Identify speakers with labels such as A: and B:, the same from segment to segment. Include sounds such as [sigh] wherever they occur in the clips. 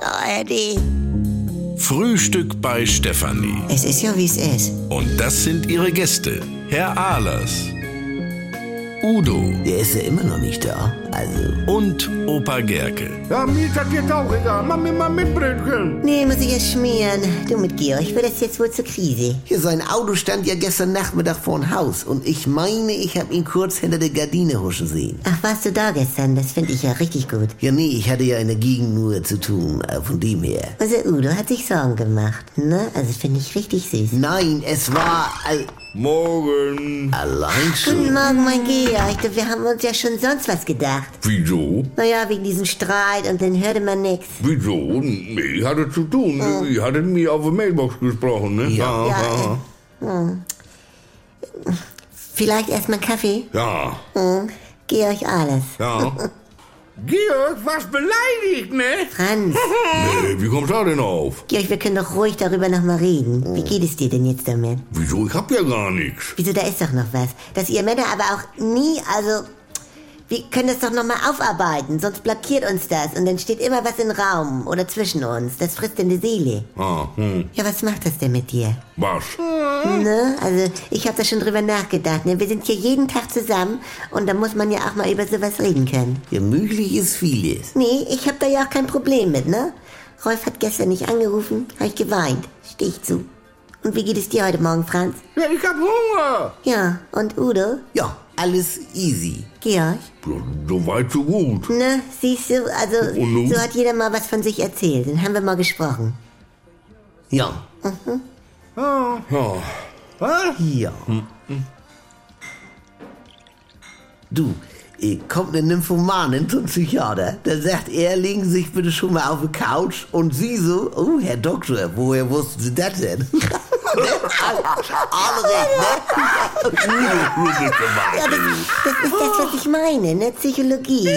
A: ARD.
B: Frühstück bei Stefanie.
A: Es ist ja, wie es ist.
B: Und das sind ihre Gäste. Herr Ahlers, Udo
C: Der ist ja immer noch nicht da. Also.
B: und Opa Gerke.
D: Ja, mir ist das jetzt auch egal. Mach mir mal mit Brötchen.
A: Nee, muss ich ja schmieren. Du mit Georg wird das jetzt wohl zur Krise.
C: Hier, sein Auto stand ja gestern Nachmittag vor dem Haus und ich meine, ich habe ihn kurz hinter der Gardine huschen sehen.
A: Ach, warst du da gestern? Das finde ich ja richtig gut.
C: Ja, nee, ich hatte ja in der Gegend nur zu tun, äh, von dem her.
A: Unser Udo hat sich Sorgen gemacht, ne? Also finde ich richtig süß.
C: Nein, es war all
E: Morgen.
C: allein
A: Guten
C: schon.
A: Morgen, mein Georg. Du, wir haben uns ja schon sonst was gedacht.
E: Wieso?
A: Naja, wegen diesem Streit und dann hörte man nichts.
E: Wieso? Ich hatte zu tun. Ich hatte mir auf der Mailbox gesprochen, ne?
C: Ja.
A: Ja, äh, hm. Vielleicht erstmal Kaffee?
E: Ja.
A: Hm. Georg alles.
E: Ja.
D: Georg, was beleidigt, ne?
A: Franz,
E: Nee, wie kommst du da denn auf?
A: Georg, wir können doch ruhig darüber nochmal reden. Wie geht es dir denn jetzt damit?
E: Wieso? Ich hab ja gar nichts.
A: Wieso, da ist doch noch was. Dass ihr Männer aber auch nie, also, wir können das doch nochmal aufarbeiten, sonst blockiert uns das und dann steht immer was im Raum oder zwischen uns. Das frisst in die Seele.
E: Ah, hm.
A: Ja, was macht das denn mit dir?
E: Was?
A: Ne? Also, ich habe da schon drüber nachgedacht. Ne? Wir sind hier jeden Tag zusammen und da muss man ja auch mal über sowas reden können.
C: Ja, möglich ist vieles.
A: Nee, ich habe da ja auch kein Problem mit, ne? Rolf hat gestern nicht angerufen, habe ich geweint. Stehe ich zu. Und wie geht es dir heute Morgen, Franz?
D: Ja, ich hab Hunger.
A: Ja, und Udo?
C: Ja, alles easy.
A: Georg?
E: So, so weit, so gut.
A: Ne, siehst du, also
E: Und nun?
A: so hat jeder mal was von sich erzählt. Dann haben wir mal gesprochen.
C: Ja,
D: Ah,
E: Ja.
D: was?
C: ja. Du, äh, kommt eine Nymphomanin zum Psychiater. Dann sagt er, legen Sie sich bitte schon mal auf die Couch. Und sie so, oh, Herr Doktor, woher wussten Sie das denn? [laughs]
A: Ja, das, das ist das, was ich meine, ne? Psychologie.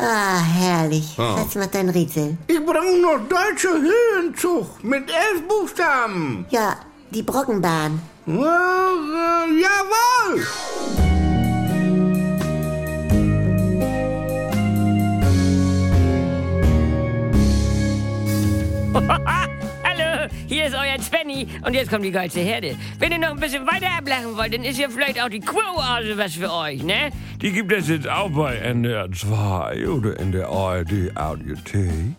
A: Ah, herrlich. Was macht dein Rätsel?
D: Ich brauch noch deutsche Höhenzug mit elf Buchstaben.
A: Ja, die Brockenbahn.
D: Ja, äh, jawohl.
F: Hallo, hier ist euer Svenny und jetzt kommt die geilste Herde. Wenn ihr noch ein bisschen weiter ablachen wollt, dann ist hier vielleicht auch die Quo-Oase was für euch, ne?
G: Die gibt es jetzt auch bei NDR 2 oder in der ARD Audiothek.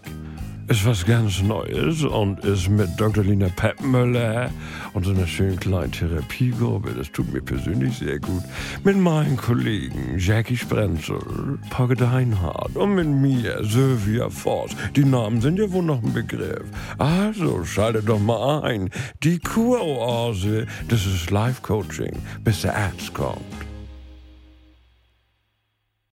G: Ist was ganz Neues und ist mit Dr. Lina Peppmüller und so einer schönen kleinen Therapiegruppe, das tut mir persönlich sehr gut, mit meinen Kollegen Jackie Sprenzel, Pogge Deinhardt und mit mir, Sylvia Voss. Die Namen sind ja wohl noch ein Begriff. Also schaltet doch mal ein. Die Kuroase, das ist Life-Coaching, bis der Arzt kommt.